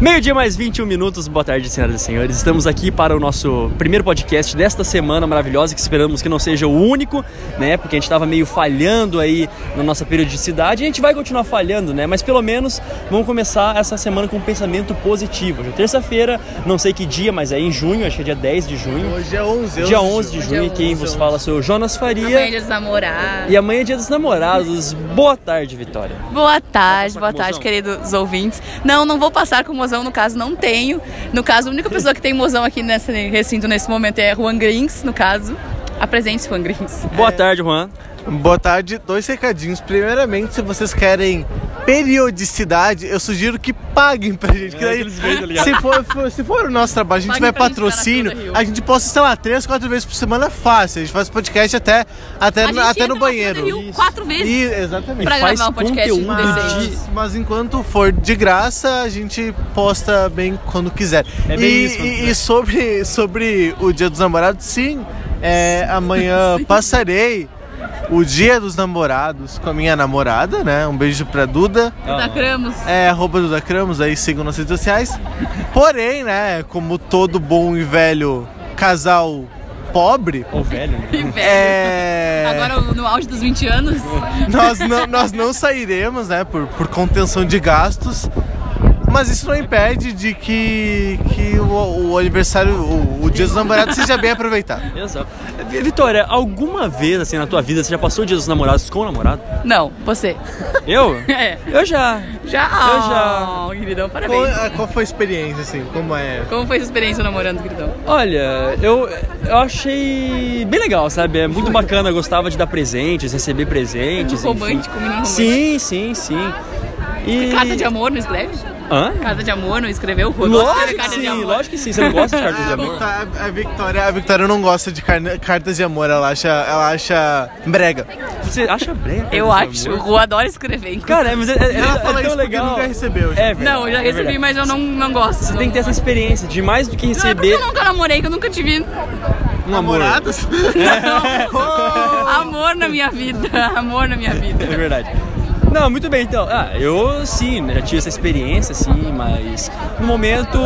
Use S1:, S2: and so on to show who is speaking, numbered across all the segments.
S1: Meio-dia mais 21 minutos, boa tarde, senhoras e senhores. Estamos aqui para o nosso primeiro podcast desta semana maravilhosa, que esperamos que não seja o único, né? Porque a gente estava meio falhando aí na nossa periodicidade. E a gente vai continuar falhando, né? Mas pelo menos vamos começar essa semana com um pensamento positivo. Hoje é terça-feira, não sei que dia, mas é em junho, acho que é dia 10 de junho.
S2: Hoje é 11,
S1: Dia 11 de
S2: hoje.
S1: junho,
S3: é
S1: quem
S3: 11,
S1: vos
S2: 11.
S1: fala sou o Jonas
S3: Amanhã é
S1: Faria.
S3: eles namorar.
S1: E amanhã é dia dos namorados. Boa tarde, Vitória.
S3: Boa tarde, boa
S1: com
S3: tarde,
S1: mozão?
S3: queridos ouvintes. Não, não vou passar com mozão, no caso, não tenho. No caso, a única pessoa que tem mozão aqui nesse recinto nesse momento é Juan Grins, no caso. Apresente-se, Juan Grins.
S1: Boa tarde, Juan.
S2: Boa tarde, dois recadinhos. Primeiramente, se vocês querem periodicidade, eu sugiro que paguem pra gente. Que
S1: É,
S2: daí,
S1: aqueles vídeos, tá ligado?
S2: se, for, for- se for o nosso trabalho, a gente
S3: Paguem
S2: vai
S3: pra gente
S2: patrocínio,
S3: ficar na fila do Rio.
S2: a gente posta, sei lá, três, quatro vezes por semana é fácil. A gente faz podcast até, até,
S3: A gente
S2: no, até
S3: entra
S2: no
S3: na
S2: banheiro.
S3: Fila do Rio quatro vezes.
S2: E, exatamente.
S3: Pra
S1: faz
S3: gravar um podcast
S1: conteúdo
S3: decente.
S1: de-
S2: Mas, mas enquanto for de graça, a gente posta bem quando quiser.
S1: É
S2: e,
S1: bem isso, quando
S2: e-
S1: quiser.
S2: e sobre, sobre o Dia dos Namorados, sim, é, amanhã passarei o Dia dos Namorados com a minha namorada, né? Um beijo pra Duda.
S3: Da Cramos.
S1: Ah.
S2: É, arroba Duda Cramos, aí sigam nas redes sociais. Porém, né, como todo bom e velho casal pobre,
S1: Ou velho, né?
S3: Que velho.
S2: é...
S3: Agora, no auge dos 20 anos,
S2: nós não, nós não sairemos, né, por, por contenção de gastos. Mas isso não impede de que, que o, o aniversário, o, o dia dos namorados seja bem aproveitado.
S1: Exato. Vi- Vitória, alguma vez assim na tua vida você já passou o dia dos namorados com o namorado?
S3: não, você.
S1: Eu?
S3: É.
S1: Eu já.
S3: Já.
S1: Eu já.
S3: Oh, Queridão,
S2: Qual,
S3: parabéns.
S2: a- qual foi a experiência, assim? Como é?
S3: Como foi a sua experiência namorando, queridão?
S1: Olha, eu, eu achei bem legal, sabe? É muito bacana, eu gostava de dar presentes, receber presentes. enfim.
S3: Romântico, menino romântico.
S1: Sim, sim, sim. E...
S3: Carta de amor, não escreve?
S1: Hã?
S3: Carta de amor, não escreveu?
S1: Lógico que
S3: Carta de
S1: sim,
S3: amor.
S1: lógico que sim. Você não gosta de carta de
S2: A,
S1: amor?
S2: Victo- Ah, tá, a Victoria, a Victoria não gosta de carne- cartas de amor, ela acha, ela acha brega.
S1: Você acha brega?
S3: Eu
S1: carta de
S3: acho.
S1: amor?
S3: O Rua adora escrever. inclusive.
S1: Cara, mas é, é, é,
S2: Ela fala
S1: tão
S2: isso porque
S1: legal.
S2: nunca recebeu, gente.
S1: É verdade,
S3: Não, eu já
S1: é
S3: recebi,
S1: verdade.
S3: mas eu não, não gosto.
S1: Você tem que ter essa experiência de mais do que
S3: Não é porque
S1: receber
S3: eu nunca namorei, que eu nunca tive
S1: um amor. É.
S3: amor na minha vida. Amor na minha vida.
S1: É verdade. Não, muito bem, então. Ah, eu sim, né, já tive essa experiência, sim, mas no momento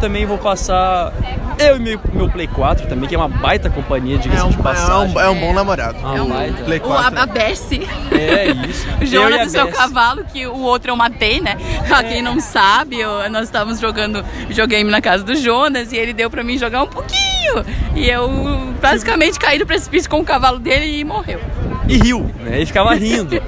S1: também vou passar eu e meu, meu Play 4 também, que é uma baita companhia,
S2: É
S1: diga-se
S2: um,
S1: de
S2: é,
S1: passagem.
S2: um, é um bom namorado.
S1: Uma
S3: é um-
S1: baita.
S2: Play
S3: O, a,
S2: 4.
S3: a Bessie.
S1: É isso. Eu e
S3: O
S1: a
S3: Jonas e seu
S1: Bess.
S3: cavalo, que o outro eu matei, né? Pra quem não sabe, eu- nós estávamos jogando videogame na casa do Jonas e ele deu pra mim jogar um pouquinho. E eu basicamente caí do precipício com o cavalo dele e morreu.
S1: E riu, né? E ficava rindo. rindo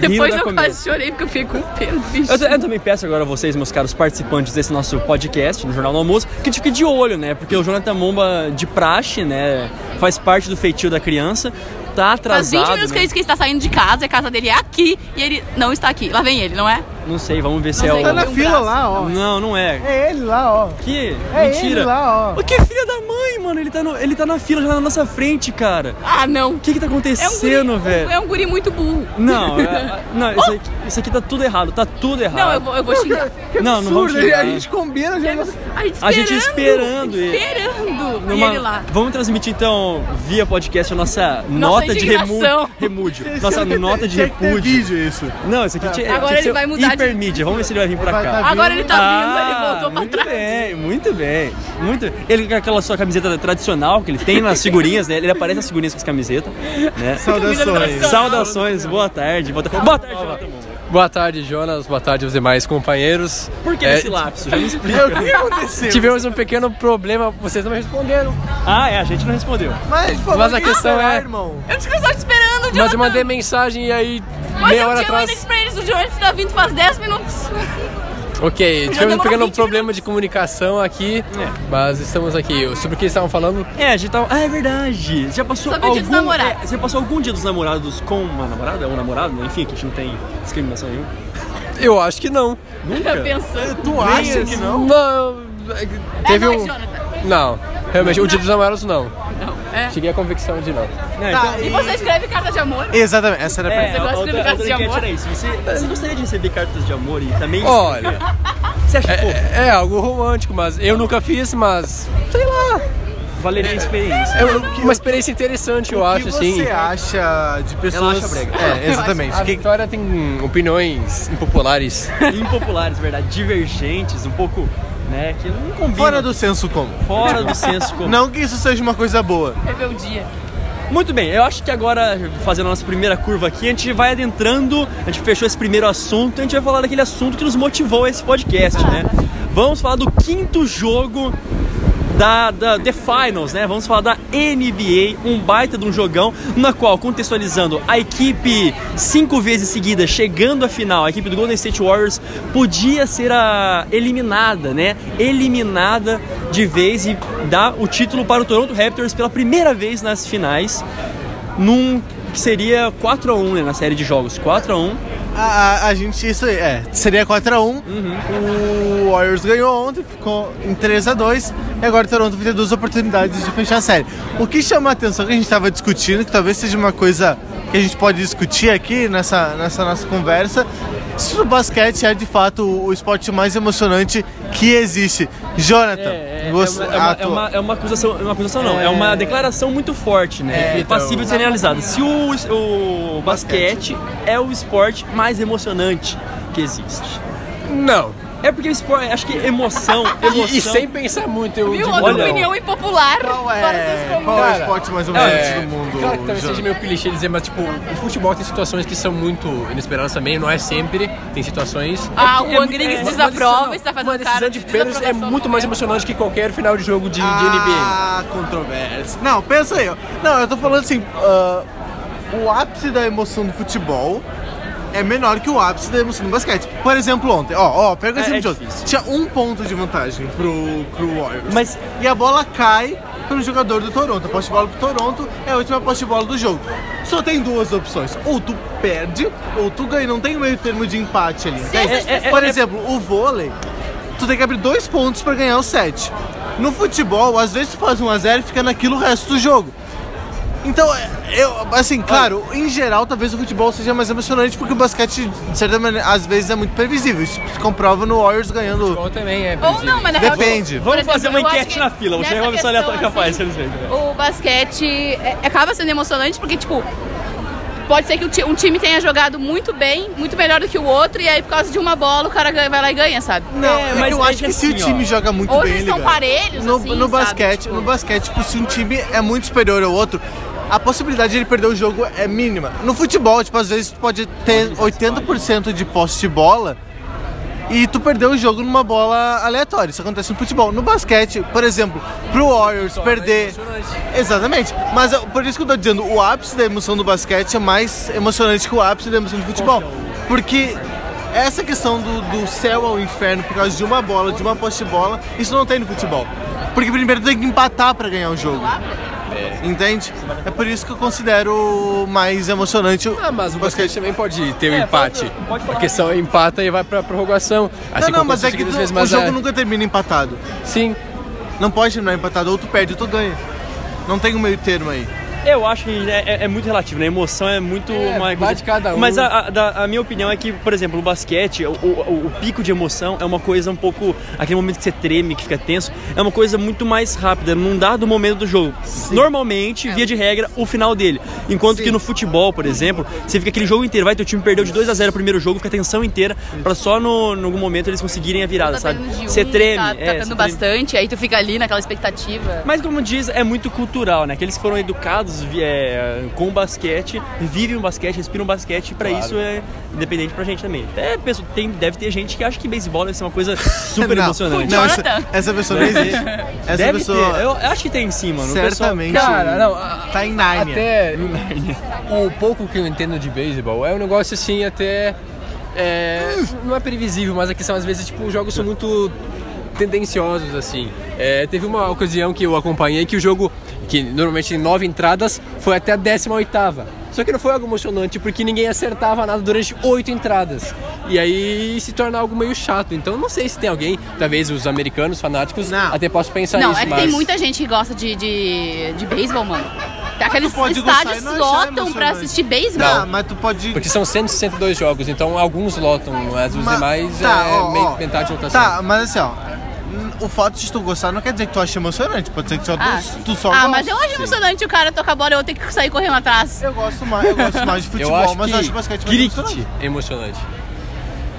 S3: Depois
S1: da
S3: eu
S1: comédia.
S3: quase chorei porque eu fiquei com pena, do bicho.
S1: Eu, ta- eu também peço agora a vocês, meus caros participantes desse nosso podcast no Jornal do Almoço, que fiquem de olho, né? Porque o Jonathan Momba de praxe, né? Faz parte do feitio da criança, tá
S3: Faz
S1: atrasado.
S3: 20 minutos que
S1: né?
S3: ele disse que ele está saindo de casa, e a casa dele é aqui e ele não está aqui. Lá vem ele, não é?
S1: Não sei, vamos ver se
S3: Não sei.
S1: é
S2: Tá
S1: o.
S2: na fila lá, ó.
S1: Não, não é.
S2: É ele lá, ó.
S1: Que?
S2: É
S1: Mentira.
S2: ele lá, ó.
S1: O que filha da mãe, mano? Ele tá, no- ele tá na fila já na nossa frente, cara.
S3: Ah, não.
S1: O que que tá
S3: É um, guri,
S1: acontecendo, velho?
S3: é um guri muito burro.
S1: Não, é- não isso, aqui, isso aqui tá tudo errado, tá tudo errado.
S3: Não, eu vou, eu vou xingar.
S1: Não, não vamos
S2: Absurdo,
S1: xingar. né?
S2: A gente combina, já.
S3: A gente esperando.
S1: A gente esperando ele.
S3: Esperando. E
S1: Numa-
S3: ele lá.
S1: Vamos transmitir então via podcast a nossa, nota de remu...
S3: indignação.
S1: remúdio. Nossa nota de repúdio.
S2: vídeo isso.
S1: Não, isso aqui tinha,
S3: Agora
S1: tinha que
S3: ele
S1: ser
S3: vai mudar de-
S1: hipermídia. Vamos ver se ele vai vir pra
S2: Vai-
S1: cá.
S2: vai
S3: Agora ele tá
S1: Ah,
S3: vindo, ele voltou
S1: muito
S3: pra trás.
S1: bem, muito bem, muito bem. Ele com aquela sua camiseta tradicional que ele tem nas figurinhas, né? Ele aparece nas figurinhas com as camisetas, né?
S2: Saudações.
S1: Saudações, boa tarde, boa tarde. Boa tarde, Jonathan.
S4: Boa tarde, Jonas. Boa tarde aos demais companheiros.
S1: Por que
S4: É,
S1: esse lapso? Já me explica.
S2: Meu, É o que aconteceu?
S4: Tivemos um pequeno problema, vocês não me responderam.
S1: Ah, é, a gente não respondeu.
S2: Mas, falou
S4: Mas a
S2: que
S4: questão
S2: esperar,
S4: é-
S2: irmão.
S3: Eu disse que eu estava te esperando, Jonathan.
S4: Mas eu mandei mensagem e aí,
S3: Mas
S4: meia
S3: eu tinha-
S4: hora
S3: eu ainda
S4: atrás.
S3: disse pra eles, o Jonathan tá vindo faz 10 minutos.
S4: Ok, tivemos um
S3: demorou
S4: pequeno
S3: 20
S4: problema de comunicação aqui,
S1: É.
S4: mas estamos aqui. Sobre o que eles estavam falando,
S1: É, a gente tava. Ah, é verdade. Você já passou
S3: Sobre o
S1: algum...
S3: dia dos namorados.
S1: é, Você passou algum dia dos namorados com uma namorada? Ou um namorado? né? Enfim, que a gente não tem discriminação nenhuma.
S4: eu acho que não.
S1: Nunca?
S3: Tá pensando.
S2: Tu acha que não?
S4: Não, teve
S3: é
S4: um.
S3: nóis, Jonathan.
S4: Não, realmente, o dia dos namorados não.
S3: Não. É.
S4: Cheguei à convicção de não.
S1: Não, então-
S2: Tá,
S3: E você escreve carta de amor?
S2: Exatamente, essa era a
S1: É,
S2: pergunta.
S3: Você gosta de
S1: outra,
S3: cartas
S1: outra
S3: de
S1: enquete
S3: amor?
S1: era isso. Você, você gostaria de receber cartas de amor e também.
S4: Olha,
S1: Você acha fofo?
S4: é, é algo romântico, mas eu nunca fiz, mas. Sei lá.
S1: valeria a experiência.
S4: É um- uma experiência interessante, eu
S2: O
S4: acho, assim,
S2: que
S4: sim.
S2: você acha de pessoas...
S1: acha brega.
S2: É, exatamente.
S4: A
S2: Que-
S4: Vitória tem opiniões impopulares.
S1: Impopulares, verdade, divergentes, um pouco, né, que não combina.
S2: Fora do senso comum.
S1: fora do senso comum.
S2: Não que isso seja uma coisa boa.
S3: Rebeldia.
S1: Muito bem, eu acho que agora, fazendo a nossa primeira curva aqui, a gente vai adentrando, a gente fechou esse primeiro assunto, a gente vai falar daquele assunto que nos motivou a esse podcast, né? Vamos falar do quinto jogo da, da The Finals, né? Vamos falar da NBA, um baita de um jogão, na qual, contextualizando, a equipe cinco vezes seguida chegando à final, a equipe do Golden State Warriors podia ser a eliminada, né? Eliminada de vez e dar o título para o Toronto Raptors pela primeira vez nas finais, num que seria 4 a 1 né, na série de jogos, 4 a 1
S2: A, a- a gente, isso aí, é, seria 4x1. O Warriors ganhou ontem, ficou em 3x2. E agora o Toronto vai ter duas oportunidades de fechar a série. O que chama a atenção que a gente estava discutindo, que talvez seja uma coisa que a gente pode discutir aqui nessa, nessa nossa conversa, se o basquete é de fato o, o esporte mais emocionante que existe. Jonathan,
S1: É, é,
S2: você-
S1: é uma- é uma-
S2: a tua-
S1: é uma- é uma acusação, é uma acusação não, é uma declaração muito forte, né?
S2: É,
S1: e passível de ser analisada. Se o, o basquete é o esporte mais emocionante que existe.
S4: Não.
S1: É porque o esporte, acho que emoção, emoção.
S4: E, e sem pensar muito, eu
S3: Viu?
S4: digo
S3: Outra
S4: não.
S3: opinião impopular.
S2: Qual
S3: Fora dos
S2: é,
S3: comuns.
S2: qual é o
S4: Cara,
S2: esporte mais emocionante
S4: É,
S2: do mundo?
S4: claro que talvez
S2: Jonathan?
S4: seja meio clichê dizer, mas tipo, o futebol tem situações que são muito inesperadas também, não é sempre, tem situações...
S3: Ah, o
S1: É,
S3: Juan Griggs
S1: é,
S3: desaprova, está
S4: Uma
S3: fazendo cara
S4: decisão de pênalti é
S3: desaprovação
S4: muito
S3: no momento.
S4: mais emocionante que qualquer final de jogo de, de NBA.
S2: Ah, controvérsia. Não, pensa aí. ó. Não, eu tô falando assim, ah, o ápice da emoção do futebol é menor que o ápice da emoção do basquete. Por exemplo, ontem, ó, ó, pega esse
S1: É- é
S2: jogo.
S1: difícil.
S2: Tinha um ponto de vantagem pro, pro Warriors.
S1: Mas-
S2: E a bola cai pro jogador do Toronto. A poste de bola pro Toronto é a última poste de bola do jogo. Só tem duas opções. Ou tu perde, ou tu ganha. Não tem meio termo de empate ali. entende?
S1: é- é-
S2: Por
S1: é-
S2: exemplo, o vôlei tu tem que abrir dois pontos pra ganhar o set. No futebol, às vezes tu faz 1 a 0 e fica naquilo o resto do jogo. Então, é, eu, assim, claro, em geral, talvez o futebol seja mais emocionante porque o basquete, de certa maneira, às vezes é muito previsível. Isso se comprova no Warriors ganhando.
S4: Ou também é
S3: Ou não, mas na real-
S2: Depende.
S3: Por
S1: Vamos
S3: exemplo,
S1: fazer uma
S3: eu acho
S1: enquete
S3: que
S1: na fila, você
S3: nessa
S1: vai ver se
S3: questão,
S1: aleatório capaz, né?
S3: assim,
S1: eles veem.
S3: O basquete é- acaba sendo emocionante porque, tipo, pode ser que o ti- um time tenha jogado muito bem, muito melhor do que o outro, e aí por causa de uma bola o cara ganha- vai lá e ganha, sabe?
S2: Não, é,
S1: mas
S2: mas eu
S1: é
S2: acho
S1: que
S2: que, se o
S1: assim,
S2: time
S1: ó,
S2: joga muito
S3: Hoje
S2: bem.
S3: eles
S2: ele
S3: são
S2: ganha.
S3: parelhos,
S2: No,
S3: assim,
S2: no
S3: sabe?
S2: basquete,
S3: Tipo-
S2: no basquete, tipo, se um time é muito superior ao outro, a possibilidade de ele perder o jogo é mínima. No futebol, tipo, às vezes tu pode ter 80% de posse de bola e tu perdeu o jogo numa bola aleatória. Isso acontece no futebol. No basquete, por exemplo, pro Warriors perder. Exatamente. Mas eu- por isso que eu tô dizendo, o ápice da emoção do basquete é mais emocionante que o ápice da emoção do futebol. Porque essa questão do, do céu ao inferno por causa de uma bola, de uma poste de bola, isso não tem no futebol. Porque primeiro tem que empatar pra ganhar o jogo. Entende? É por isso que eu considero mais emocionante o
S4: Ah, mas o basquete também pode ter o
S1: É,
S4: empate.
S1: pode- pode falar.
S4: a questão é empata e vai pra prorrogação. Assim
S2: não, não,
S4: como
S2: mas é
S4: aconteceu
S2: que
S4: duas
S2: tu-
S4: vezes,
S2: o
S4: mas
S2: jogo
S4: é-
S2: nunca termina empatado.
S4: Sim.
S2: Não pode terminar empatado, ou tu perde ou tu ganha. Não tem um meio termo aí.
S1: Eu acho que é, é- é muito relativo, né? A emoção é muito
S4: É,
S1: uma
S4: vai
S1: coisa-
S4: de cada um.
S1: Mas a, a- da- a minha opinião é que, por exemplo, o basquete, o, o- o pico de emoção é uma coisa um pouco. aquele momento que você treme, que fica tenso, é uma coisa muito mais rápida, num dado momento do jogo. Normalmente,
S4: É.
S1: via de regra, o final dele. Enquanto que no futebol, por exemplo, você fica aquele jogo inteiro, vai, teu time perdeu de 2 a 0 o primeiro jogo, fica a tensão inteira, pra só no, em algum momento eles conseguirem a virada,
S3: Tá
S1: sabe?
S3: perdendo de um,
S1: Você treme,
S3: tá, tá
S1: é,
S3: perdendo
S1: você treme.
S3: bastante, aí tu fica ali naquela expectativa.
S1: Mas como diz, é muito cultural, né? Aqueles que foram educados vi- é, com basquete, vivem o basquete, respiram o basquete, e pra isso é independente pra gente também. Até pessoa, tem, deve ter gente que acha que beisebol deve ser uma coisa super
S2: Não.
S1: emocionante.
S2: Não,
S3: Jonathan?
S2: essa, essa pessoa não existe. Essa
S1: deve
S2: pessoa.
S1: ter, eu acho que tem sim, mano. O pessoal-
S2: Certamente.
S4: Cara, não. a-
S2: Tá em Nárnia.
S4: Até o pouco que eu entendo de beisebol é um negócio assim até é, não é previsível, mas a questão às vezes tipo os jogos são muito tendenciosos assim. É, teve uma ocasião que eu acompanhei que o jogo que normalmente tem nove entradas foi até a décima oitava. Só que não foi algo emocionante porque ninguém acertava nada durante oito entradas e aí se torna algo meio chato. Então não sei se tem alguém, talvez os americanos fanáticos
S2: Não.
S4: até posso pensar
S3: não,
S4: isso.
S3: é que
S4: mas...
S3: tem muita gente que gosta de, de, de beisebol, mano. Aqueles
S2: Tu pode gostar e
S3: estádios
S2: não achar
S3: lotam pra
S2: emocionante.
S3: assistir beisebol.
S2: Não, Tá, mas tu pode.
S4: Porque são 162 jogos, então alguns lotam, mas os
S2: Ma-
S4: demais
S2: tá,
S4: é
S2: ó,
S4: meio
S2: ó.
S4: que tentar de lotação.
S2: Tá, mas assim, ó. n- o fato de tu gostar não quer dizer que tu acha emocionante, pode ser que só tu,
S3: Ah,
S2: tu só
S3: ah
S2: gosta.
S3: mas eu acho emocionante o cara tocar a bola e eu ter que sair correndo atrás.
S2: Eu gosto mais, eu gosto mais de futebol,
S4: eu acho
S2: mas
S4: que
S2: eu acho basquete mais
S4: cricket
S2: emocionante.
S4: é emocionante.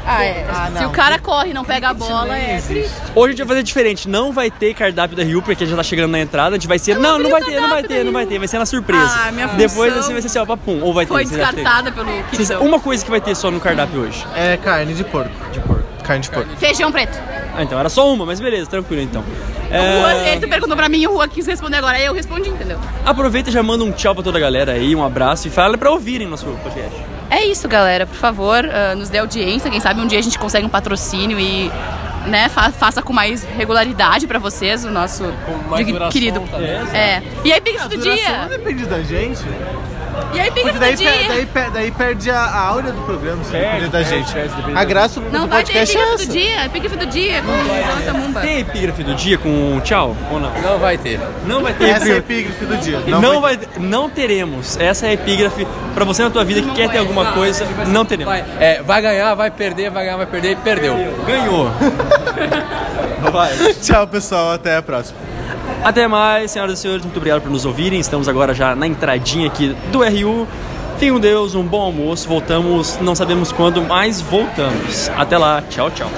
S3: Ah, é.
S2: Ah,
S3: Se
S2: não.
S3: o cara corre e não pega a bola, é triste.
S1: Hoje a gente vai fazer diferente. Não vai ter cardápio da Rio, porque já tá chegando na entrada. A gente vai ser. Não, não
S3: abri o
S1: vai ter, não vai
S3: cardápio
S1: ter,
S3: da
S1: não vai
S3: Rio.
S1: ter. Vai ser na surpresa.
S3: Ah, minha
S1: Depois
S3: função
S1: assim vai ser assim, ó, papum. Ou vai ter.
S3: Foi
S1: você já tem.
S3: descartada pelo
S1: Vocês-
S3: queridão.
S1: Uma coisa que vai ter só no cardápio hoje.
S2: É carne de porco. De porco. Carne de porco.
S3: Feijão preto.
S1: Ah, então era só uma, mas beleza, tranquilo então. É,
S3: O Juan, ele tu perguntou pra mim, o Juan quis responder agora. Aí eu respondi, entendeu?
S1: Aproveita e já manda um tchau pra toda a galera aí, um abraço e fala pra ouvirem nosso podcast.
S3: É isso, galera. Por favor, ah, nos dê audiência. Quem sabe um dia a gente consegue um patrocínio e né, fa- faça com mais regularidade pra vocês o nosso
S4: Com mais
S3: dig-
S4: duração
S3: querido.
S2: tá?
S4: também.
S3: É. E aí, Pix do
S2: Duração
S3: dia.
S2: depende da gente.
S3: E aí, Pix
S2: Porque
S3: do
S2: daí, per-
S3: dia.
S2: daí, per- daí perde a, a áurea do programa, se
S1: Perde,
S2: depender da
S1: perde,
S2: gente.
S1: perde, depende
S2: a
S1: da
S2: graça do
S3: Não vai ter
S2: podcast
S3: Pix
S2: é
S3: do
S2: essa.
S3: dia. Pix do dia então, com o Tamumba.
S1: Tem epígrafe do dia com um tchau ou não?
S4: Não vai ter.
S1: Não vai ter
S2: Essa é a
S1: epígrafe.
S2: epígrafe do dia.
S1: Não, vai, não teremos. Essa é a epígrafe pra você na tua vida que quer ter alguma coisa. Não teremos.
S4: Vai, é, vai ganhar, vai perder, vai ganhar, vai perder, perdeu.
S1: Ganhou. vai.
S2: Tchau, pessoal. Até a próxima.
S1: Até mais, senhoras e senhores. Muito obrigado por nos ouvirem. Estamos agora já na entradinha aqui do RU. Tenham Deus, um bom almoço. Voltamos, não sabemos quando, mas voltamos. Até lá. Tchau, tchau.